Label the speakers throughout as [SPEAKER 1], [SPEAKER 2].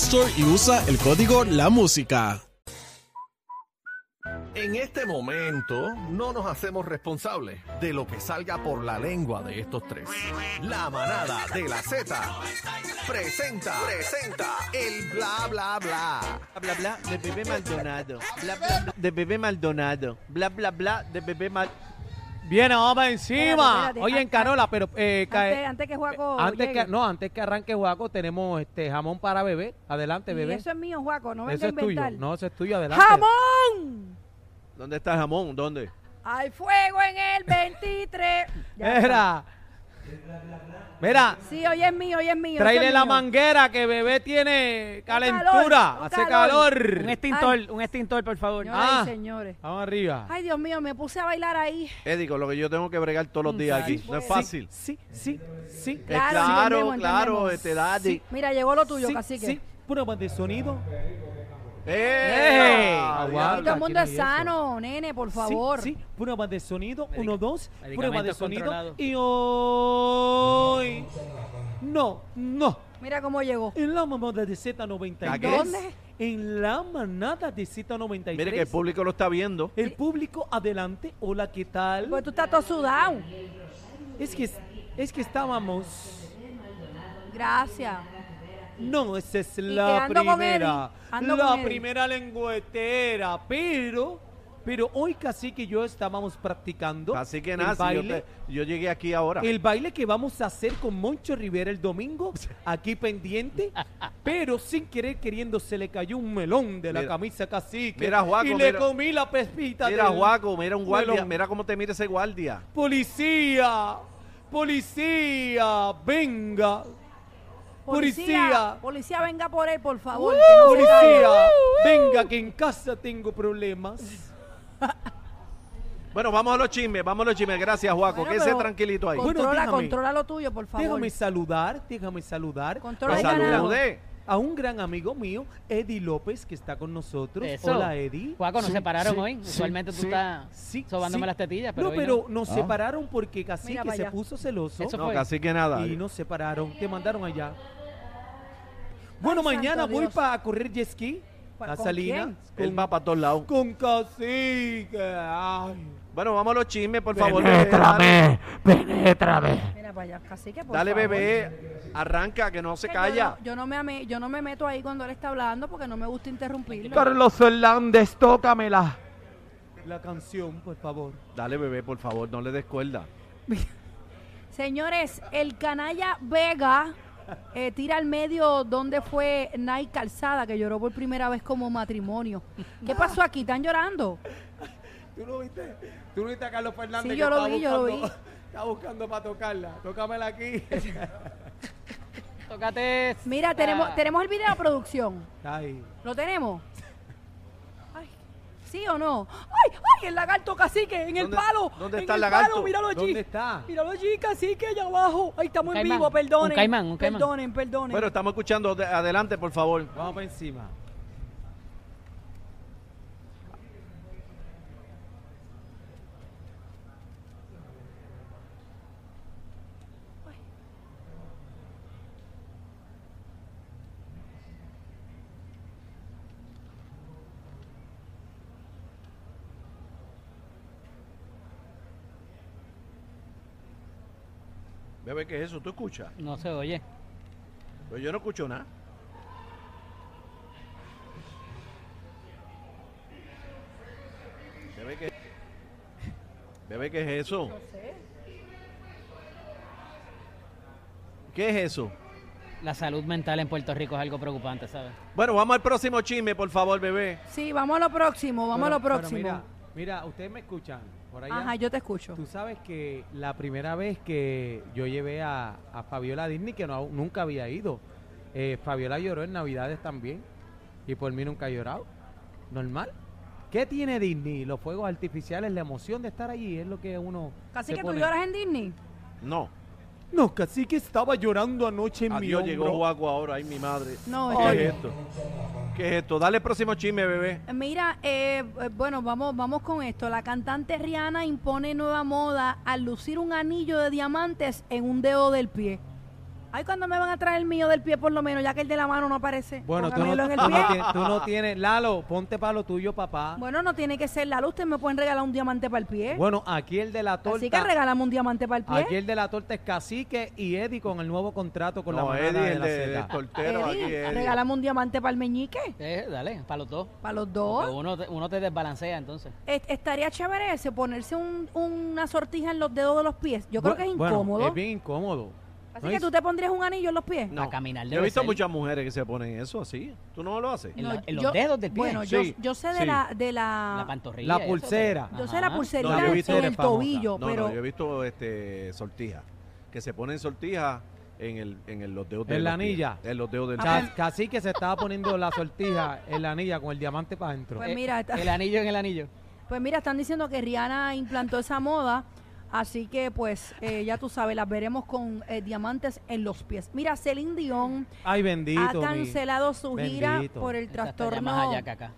[SPEAKER 1] Store y usa el código La Música.
[SPEAKER 2] En este momento no nos hacemos responsables de lo que salga por la lengua de estos tres. La manada de la Z presenta, presenta el bla bla bla.
[SPEAKER 3] bla bla de Pepe Maldonado. Bla bla bla de Pepe Maldonado. Bla bla bla de Pepe Maldonado.
[SPEAKER 4] Viene, vamos para
[SPEAKER 5] Espérate,
[SPEAKER 4] encima.
[SPEAKER 5] espérate.
[SPEAKER 4] Oye, en Carola, pero eh, cae- eh,
[SPEAKER 5] Antes, antes que Juaco.
[SPEAKER 4] antes
[SPEAKER 5] llegue.
[SPEAKER 4] que no, antes que arranque Juaco, tenemos este jamón para bebé. Adelante,
[SPEAKER 5] Y
[SPEAKER 4] bebé.
[SPEAKER 5] Eso es mío, Juaco, no venga
[SPEAKER 4] Eso
[SPEAKER 5] a
[SPEAKER 4] es tuyo.
[SPEAKER 5] inventar.
[SPEAKER 4] No, eso es tuyo, adelante.
[SPEAKER 5] ¡Jamón!
[SPEAKER 3] ¿Dónde está el jamón? ¿Dónde?
[SPEAKER 5] Hay fuego en el 23. Ya está.
[SPEAKER 4] Mira. Mira,
[SPEAKER 5] Sí, hoy es mío, hoy es mío. ese
[SPEAKER 4] tráele
[SPEAKER 5] es
[SPEAKER 4] la
[SPEAKER 5] mío.
[SPEAKER 4] manguera que bebé tiene calentura,
[SPEAKER 5] calor, un
[SPEAKER 4] hace
[SPEAKER 5] calor.
[SPEAKER 4] calor.
[SPEAKER 6] Un extintor, un extintor, por favor.
[SPEAKER 5] Señoras y
[SPEAKER 4] Ah. Eh,
[SPEAKER 5] señores.
[SPEAKER 4] Vamos arriba.
[SPEAKER 5] Ay, Dios mío, me puse a bailar ahí.
[SPEAKER 3] Eddie, con lo que yo tengo que bregar todos los días aquí. No es fácil.
[SPEAKER 4] pues. Sí, sí, sí.
[SPEAKER 3] Eh,
[SPEAKER 5] Claro,
[SPEAKER 3] claro,
[SPEAKER 5] entendemos,
[SPEAKER 3] claro,
[SPEAKER 5] entendemos.
[SPEAKER 3] este Daddy.
[SPEAKER 4] Sí.
[SPEAKER 5] Mira, llegó lo tuyo,
[SPEAKER 4] sí,
[SPEAKER 5] cacique.
[SPEAKER 4] sí. Puro más de sonido.
[SPEAKER 3] ¡Eh!
[SPEAKER 4] ¡Ey!
[SPEAKER 3] Ah,
[SPEAKER 4] Aguanta.
[SPEAKER 5] Y todo el
[SPEAKER 3] diablo.
[SPEAKER 5] mundo es
[SPEAKER 4] Aquí no hay eso.
[SPEAKER 5] sano, nene, por
[SPEAKER 4] Sí,
[SPEAKER 5] favor.
[SPEAKER 4] Sí, prueba de sonido, uno, dos,
[SPEAKER 6] medicamento
[SPEAKER 4] prueba de sonido.
[SPEAKER 6] controlado.
[SPEAKER 4] Y hoy. No, no.
[SPEAKER 5] Mira cómo llegó.
[SPEAKER 4] En la manada de Z93.
[SPEAKER 3] ¿La qué?
[SPEAKER 5] ¿Dónde?
[SPEAKER 4] En la manada de Z93.
[SPEAKER 3] Mire que el público lo está viendo.
[SPEAKER 4] El público adelante. Hola, ¿qué tal?
[SPEAKER 5] Pues tú estás todo sudado.
[SPEAKER 4] Es que, es que estábamos.
[SPEAKER 5] Gracias.
[SPEAKER 4] No, esa es
[SPEAKER 5] que
[SPEAKER 4] la
[SPEAKER 5] ando con
[SPEAKER 4] primera.
[SPEAKER 5] Eddie, ando
[SPEAKER 4] la
[SPEAKER 5] con Eddie.
[SPEAKER 4] primera lengüetera. Pero, pero hoy casi que yo estábamos practicando.
[SPEAKER 3] Así que
[SPEAKER 4] el
[SPEAKER 3] nada, si yo,
[SPEAKER 4] baile.
[SPEAKER 3] te- yo llegué aquí ahora.
[SPEAKER 4] El baile que vamos a hacer con Moncho Rivera el domingo, aquí pendiente, pero sin querer queriendo se le cayó un melón de la
[SPEAKER 3] Mira.
[SPEAKER 4] camisa cacique.
[SPEAKER 3] Mira, Juaco,
[SPEAKER 4] y le
[SPEAKER 3] mira.
[SPEAKER 4] comí la pespita
[SPEAKER 3] Mira,
[SPEAKER 4] del
[SPEAKER 3] Juaco, mira un guardia.
[SPEAKER 4] Bueno.
[SPEAKER 3] Mira cómo te mira ese guardia.
[SPEAKER 4] Policía, policía, venga.
[SPEAKER 5] Policía,
[SPEAKER 4] Policía.
[SPEAKER 5] policía, venga por él, por favor. que no se
[SPEAKER 4] Uh, Policía,
[SPEAKER 5] caiga.
[SPEAKER 4] venga que en casa tengo problemas.
[SPEAKER 3] Bueno, vamos a los chismes, vamos a los chismes. Gracias, Juaco.
[SPEAKER 5] Bueno,
[SPEAKER 3] Quédese
[SPEAKER 5] pero
[SPEAKER 3] tranquilito ahí.
[SPEAKER 4] Bueno,
[SPEAKER 5] Controla,
[SPEAKER 4] dígame.
[SPEAKER 5] controla lo tuyo, por favor.
[SPEAKER 4] Déjame saludar, déjame saludar.
[SPEAKER 5] Controla
[SPEAKER 4] a
[SPEAKER 5] el
[SPEAKER 4] un gran-
[SPEAKER 5] ganado.
[SPEAKER 3] Salude.
[SPEAKER 4] A un gran amigo mío, Eddie López, que está con nosotros.
[SPEAKER 6] Eso.
[SPEAKER 4] Hola, Eddie.
[SPEAKER 6] Juaco, nos
[SPEAKER 4] Sí,
[SPEAKER 6] separaron
[SPEAKER 4] sí,
[SPEAKER 6] hoy.
[SPEAKER 4] sí,
[SPEAKER 6] Usualmente tú
[SPEAKER 4] sí,
[SPEAKER 6] estás
[SPEAKER 4] sí,
[SPEAKER 6] sobándome
[SPEAKER 4] sí.
[SPEAKER 6] las tetillas, pero
[SPEAKER 4] no,
[SPEAKER 6] hoy
[SPEAKER 4] pero nos
[SPEAKER 7] Ah.
[SPEAKER 4] separaron porque casi
[SPEAKER 5] Mira
[SPEAKER 4] que
[SPEAKER 5] pa'
[SPEAKER 4] se
[SPEAKER 5] allá.
[SPEAKER 4] puso celoso
[SPEAKER 6] Eso
[SPEAKER 3] No,
[SPEAKER 6] fue.
[SPEAKER 3] casi que nada.
[SPEAKER 4] pues. y nos separaron. Te mandaron allá. Bueno,
[SPEAKER 5] santo
[SPEAKER 4] mañana voy
[SPEAKER 5] Dios.
[SPEAKER 4] para correr jet ski
[SPEAKER 5] ¿Pa-
[SPEAKER 4] a
[SPEAKER 5] con
[SPEAKER 4] Salinas.
[SPEAKER 3] Él va para todos lados.
[SPEAKER 4] Con cacique. Ay.
[SPEAKER 3] Bueno, vamos a los chismes, por
[SPEAKER 4] Pero-
[SPEAKER 3] favor. bebé, dale,
[SPEAKER 5] Mira para allá, cacique, por
[SPEAKER 3] dale,
[SPEAKER 5] favor.
[SPEAKER 3] bebé. Arranca, que no se
[SPEAKER 5] Que
[SPEAKER 3] calla.
[SPEAKER 5] Yo no, yo no me, ame- yo no me meto ahí cuando él está hablando porque no me gusta interrumpirlo.
[SPEAKER 8] Carlos Hernández, tócamela.
[SPEAKER 4] La canción, por favor.
[SPEAKER 3] Dale, bebé, por favor, no le des cuerda.
[SPEAKER 5] Señores, el canalla Vega eh, tira al medio donde fue Nike Calzada, que lloró por primera vez como matrimonio.
[SPEAKER 4] Ah.
[SPEAKER 5] ¿Qué pasó aquí? ¿Están llorando?
[SPEAKER 4] ¿Tú no viste? ¿Tú no viste a Carlos Fernández?
[SPEAKER 5] Sí,
[SPEAKER 4] que
[SPEAKER 5] yo lo
[SPEAKER 4] estaba
[SPEAKER 5] vi, yo lo
[SPEAKER 4] buscando-
[SPEAKER 5] vi.
[SPEAKER 4] Estaba buscando para tocarla. Tócamela aquí.
[SPEAKER 6] Tócate. esa.
[SPEAKER 5] Mira, tenemos, tenemos el video de producción.
[SPEAKER 4] Ay.
[SPEAKER 5] ¿Lo tenemos? Ay, ¿Sí o no? ¡Ay, ay! El lagarto cacique, en el
[SPEAKER 3] ¿Dónde-
[SPEAKER 5] palo.
[SPEAKER 3] dónde
[SPEAKER 5] en
[SPEAKER 3] está el
[SPEAKER 5] el
[SPEAKER 3] lagarto?
[SPEAKER 5] Palo, míralo allí.
[SPEAKER 4] ¿Dónde está?
[SPEAKER 5] Míralo allí, cacique, allá abajo. Ahí estamos
[SPEAKER 6] Un
[SPEAKER 5] en
[SPEAKER 6] caimán,
[SPEAKER 5] vivo, perdonen.
[SPEAKER 6] un caimán, un caimán.
[SPEAKER 5] Perdonen, perdonen.
[SPEAKER 3] Bueno, estamos escuchando. de- Adelante, por favor.
[SPEAKER 4] Vamos para encima.
[SPEAKER 3] Bebé, ¿qué es eso? ¿Tú escuchas?
[SPEAKER 6] No se oye.
[SPEAKER 3] Pero yo no escucho nada. Bebé, ¿qué, Bebé, ¿qué es eso? ¿Qué es eso?
[SPEAKER 6] La salud mental en Puerto Rico es algo preocupante, ¿sabes?
[SPEAKER 3] Bueno, vamos al próximo chisme, por favor, bebé.
[SPEAKER 5] Sí, vamos a lo próximo, vamos a lo
[SPEAKER 4] Pero- pero
[SPEAKER 5] próximo.
[SPEAKER 4] mira, mira, ustedes me escuchan. Por allá.
[SPEAKER 5] Ajá, yo te escucho.
[SPEAKER 4] Tú sabes que la primera vez que yo llevé a, a Fabiola a Disney, que no, nunca había ido, eh, Fabiola lloró en Navidades también. Y por mí nunca ha llorado. Normal. ¿Qué tiene Disney? Los fuegos artificiales, la emoción de estar allí es lo que uno.
[SPEAKER 5] Casi
[SPEAKER 4] se
[SPEAKER 5] que tú
[SPEAKER 4] pone.
[SPEAKER 5] lloras en Disney.
[SPEAKER 3] No.
[SPEAKER 4] No, casi que estaba llorando anoche en
[SPEAKER 3] Adiós,
[SPEAKER 4] mi
[SPEAKER 3] llegó
[SPEAKER 4] hombro.
[SPEAKER 3] Guaco ahora. Ay, mi madre.
[SPEAKER 5] No,
[SPEAKER 3] ¿Qué
[SPEAKER 5] está
[SPEAKER 3] es
[SPEAKER 5] bien.
[SPEAKER 3] esto? ¿Qué es esto? Dale el próximo chisme, bebé.
[SPEAKER 5] Mira, eh, eh, bueno, vamos, vamos con esto. La cantante Rihanna impone nueva moda al lucir un anillo de diamantes en un dedo del pie. Ay, cuando me van a traer el mío del pie, por lo menos, ya que el de la mano no aparece.
[SPEAKER 4] Bueno, tú no,
[SPEAKER 5] Póngamelo en el
[SPEAKER 4] tú no
[SPEAKER 5] pie.
[SPEAKER 4] tienes, tú no tienes- Lalo, ponte para lo tuyo, papá. Bueno,
[SPEAKER 5] Bueno, no tiene que ser la luz. Ustedes me pueden regalar un diamante para el pie.
[SPEAKER 4] aquí el de la torta.
[SPEAKER 5] Así que regalamos un diamante para el pie.
[SPEAKER 4] Aquí el de la torta es Cacique y Eddie con el nuevo contrato con la
[SPEAKER 3] no,
[SPEAKER 4] manada
[SPEAKER 3] Eddie,
[SPEAKER 4] de
[SPEAKER 3] el
[SPEAKER 4] la
[SPEAKER 3] de, de
[SPEAKER 4] Zeta.
[SPEAKER 3] tortero
[SPEAKER 5] Eddie,
[SPEAKER 3] aquí, Eddie.
[SPEAKER 5] regalamos un diamante para el meñique.
[SPEAKER 6] Eh, dale, para los dos.
[SPEAKER 5] Para los
[SPEAKER 6] Porque
[SPEAKER 5] dos.
[SPEAKER 6] Uno te, uno te desbalancea, entonces.
[SPEAKER 5] Est- estaría chévere ese, ponerse un- una sortija en los dedos de los pies. Yo creo que es
[SPEAKER 4] Bu- bueno,
[SPEAKER 5] incómodo.
[SPEAKER 4] es bien incómodo.
[SPEAKER 5] Así
[SPEAKER 4] No,
[SPEAKER 5] que
[SPEAKER 4] y-
[SPEAKER 5] tú te pondrías un anillo en los pies.
[SPEAKER 6] A caminar
[SPEAKER 3] Yo he
[SPEAKER 6] debe
[SPEAKER 3] visto
[SPEAKER 6] ser.
[SPEAKER 3] muchas mujeres que se ponen eso así. ¿Tú no lo haces?
[SPEAKER 6] En la- en los dedos del pie.
[SPEAKER 5] Bueno, yo,
[SPEAKER 3] Sí,
[SPEAKER 5] yo sé de
[SPEAKER 3] sí.
[SPEAKER 5] la de
[SPEAKER 6] La
[SPEAKER 5] la,
[SPEAKER 6] pantorrilla.
[SPEAKER 4] La
[SPEAKER 6] eso te-
[SPEAKER 4] pulsera.
[SPEAKER 5] yo sé la
[SPEAKER 6] Ajá.
[SPEAKER 5] pulserita
[SPEAKER 3] No, yo he visto
[SPEAKER 5] en
[SPEAKER 4] eres
[SPEAKER 5] el
[SPEAKER 4] famosa.
[SPEAKER 5] tobillo,
[SPEAKER 3] No,
[SPEAKER 5] pero
[SPEAKER 3] no, yo he visto este sortija. Que se ponen sortija en, el, en el, los dedos
[SPEAKER 4] En
[SPEAKER 3] de
[SPEAKER 4] la
[SPEAKER 3] los pies.
[SPEAKER 4] anilla.
[SPEAKER 3] En los dedos del
[SPEAKER 5] Ah,
[SPEAKER 3] pie.
[SPEAKER 5] pues-
[SPEAKER 4] Ca- Cacique se estaba poniendo la sortija en la anilla con el diamante Eh, para adentro.
[SPEAKER 5] Pues mira, está-
[SPEAKER 6] Eh, El anillo en el anillo.
[SPEAKER 5] pues mira, están diciendo que Rihanna implantó esa moda, así que pues eh, ya tú sabes, las veremos con eh, diamantes en los pies. Mira, Celine Dion
[SPEAKER 4] Ay, bendito.
[SPEAKER 5] ha
[SPEAKER 4] mi-
[SPEAKER 5] cancelado su gira
[SPEAKER 4] Bendito.
[SPEAKER 5] por el
[SPEAKER 6] Esta está ya más
[SPEAKER 5] trastorno
[SPEAKER 6] allá que acá.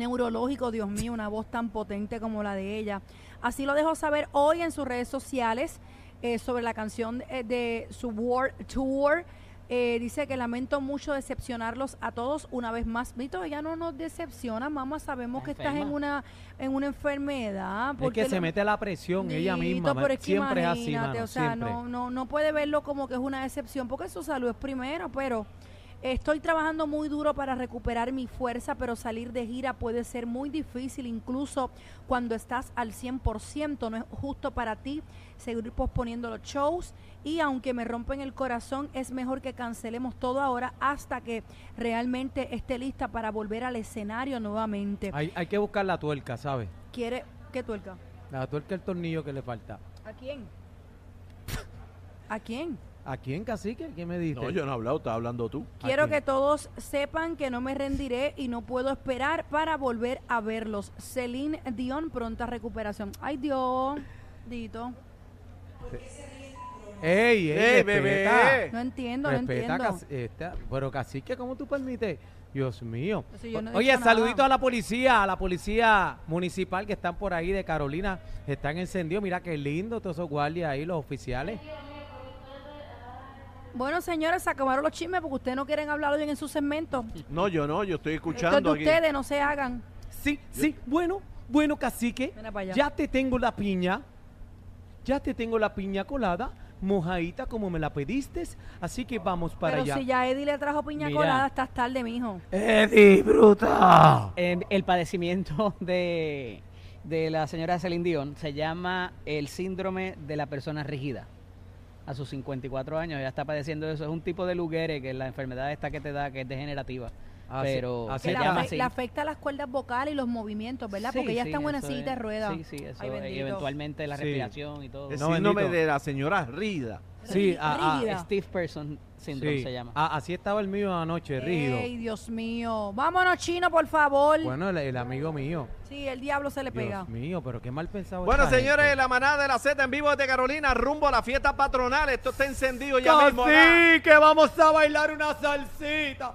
[SPEAKER 5] neurológico, Dios mío, una voz tan potente como la de ella. Así lo dejó saber hoy en sus redes sociales eh, sobre la canción eh, de su World Tour. Eh, dice que lamento mucho decepcionarlos a todos una vez más. Vito, ella no nos decepciona, mamá. Sabemos
[SPEAKER 6] Está
[SPEAKER 5] que estás en
[SPEAKER 6] enferma.
[SPEAKER 5] una en una enfermedad.
[SPEAKER 4] Es que se
[SPEAKER 5] lo-
[SPEAKER 4] mete la presión ella
[SPEAKER 5] Dito,
[SPEAKER 4] misma. man.
[SPEAKER 5] pero es que
[SPEAKER 4] siempre es así,
[SPEAKER 5] imagínate,
[SPEAKER 4] mano,
[SPEAKER 5] o sea,
[SPEAKER 4] siempre.
[SPEAKER 5] No, no, no puede verlo como que es una decepción, porque su salud es primero, pero estoy trabajando muy duro para recuperar mi fuerza, pero salir de gira puede ser muy difícil, incluso cuando estás al 100%, no es justo para ti seguir posponiendo los shows y aunque me rompen el corazón, es mejor que cancelemos todo ahora hasta que realmente esté lista para volver al escenario nuevamente.
[SPEAKER 4] Hay, hay que buscar la tuerca, ¿sabes?
[SPEAKER 5] ¿Quiere que tuerca?
[SPEAKER 4] La tuerca, el tornillo que le falta.
[SPEAKER 5] ¿A quién? ¿A quién?
[SPEAKER 4] ¿A quién, Cacique? ¿Quién me dice?
[SPEAKER 3] No, yo no he hablado, estás hablando tú.
[SPEAKER 5] Quiero
[SPEAKER 4] Aquí.
[SPEAKER 5] que todos sepan que no me rendiré y no puedo esperar para volver a verlos. Celine Dion, pronta recuperación. Ay, Dios. Dito.
[SPEAKER 4] ¡Ey, ey,
[SPEAKER 3] ¡Ey,
[SPEAKER 4] respeta!
[SPEAKER 3] bebé!
[SPEAKER 5] No entiendo, no
[SPEAKER 4] Respeta,
[SPEAKER 5] entiendo.
[SPEAKER 4] cas- Pues, esta- pero cacique, ¿cómo tú permites? Dios mío.
[SPEAKER 5] Eso yo no he
[SPEAKER 4] Oye,
[SPEAKER 5] dicho nada.
[SPEAKER 4] saludito a la policía, a la policía municipal que están por ahí de Carolina. Están encendidos. Mira qué lindo todos esos guardias ahí, los oficiales.
[SPEAKER 5] Bueno, señores, se acabaron los chismes porque ustedes no quieren hablar bien en su segmento.
[SPEAKER 3] No, yo no, yo estoy
[SPEAKER 5] Esto es de
[SPEAKER 3] escuchando aquí.
[SPEAKER 5] pues, ustedes, no se hagan.
[SPEAKER 4] Sí, sí, bueno, bueno, cacique.
[SPEAKER 5] Mira para allá.
[SPEAKER 4] Ya te tengo la piña. Ya te tengo la piña colada, mojadita como me la pediste. Así que vamos para
[SPEAKER 5] Pero
[SPEAKER 4] allá.
[SPEAKER 5] si ya Eddie le trajo piña
[SPEAKER 6] Mira.
[SPEAKER 5] colada, estás tarde, mijo.
[SPEAKER 8] ¡Eddie, bruta!
[SPEAKER 6] El, el padecimiento de, de la señora Celine Dion se llama el síndrome de la persona rígida. A sus 54 años ya está padeciendo eso. Es un tipo de luguere, que es la enfermedad esta que te da, que es degenerativa.
[SPEAKER 4] Ah, sí.
[SPEAKER 6] pero
[SPEAKER 4] Ah, sí,
[SPEAKER 5] Que
[SPEAKER 6] se
[SPEAKER 4] ya
[SPEAKER 5] la,
[SPEAKER 6] llama
[SPEAKER 5] afe-
[SPEAKER 6] así.
[SPEAKER 5] le afecta las cuerdas vocales y los movimientos, ¿verdad?
[SPEAKER 6] Sí,
[SPEAKER 5] porque ya
[SPEAKER 6] sí,
[SPEAKER 5] están en una
[SPEAKER 6] eso
[SPEAKER 5] silla de
[SPEAKER 6] es.
[SPEAKER 5] ruedas.
[SPEAKER 6] Sí, sí, eso
[SPEAKER 5] Ay,
[SPEAKER 6] es.
[SPEAKER 5] bendito.
[SPEAKER 6] eventualmente la
[SPEAKER 4] Sí.
[SPEAKER 6] respiración y todo.
[SPEAKER 3] El
[SPEAKER 4] No,
[SPEAKER 3] síndrome
[SPEAKER 4] bendito.
[SPEAKER 3] de la señora Rida.
[SPEAKER 4] Sí,
[SPEAKER 5] Rí-
[SPEAKER 4] ah, ah,
[SPEAKER 5] rígida.
[SPEAKER 6] Steve Person Syndrome
[SPEAKER 4] Sí.
[SPEAKER 6] se llama.
[SPEAKER 4] Ah, así estaba el mío anoche, rígido.
[SPEAKER 5] Ey, Dios mío. Vámonos, chino, por favor.
[SPEAKER 4] Bueno, el, el amigo mío.
[SPEAKER 5] Sí, el diablo se le pega.
[SPEAKER 4] Dios mío, pero qué mal pensado.
[SPEAKER 3] Bueno,
[SPEAKER 4] esta
[SPEAKER 3] señores,
[SPEAKER 4] gente.
[SPEAKER 3] la manada de la Z en vivo desde Carolina, rumbo a la fiesta patronal. Esto está encendido ya mismo. acá.
[SPEAKER 8] ¡Cacique, vamos a bailar una salsita!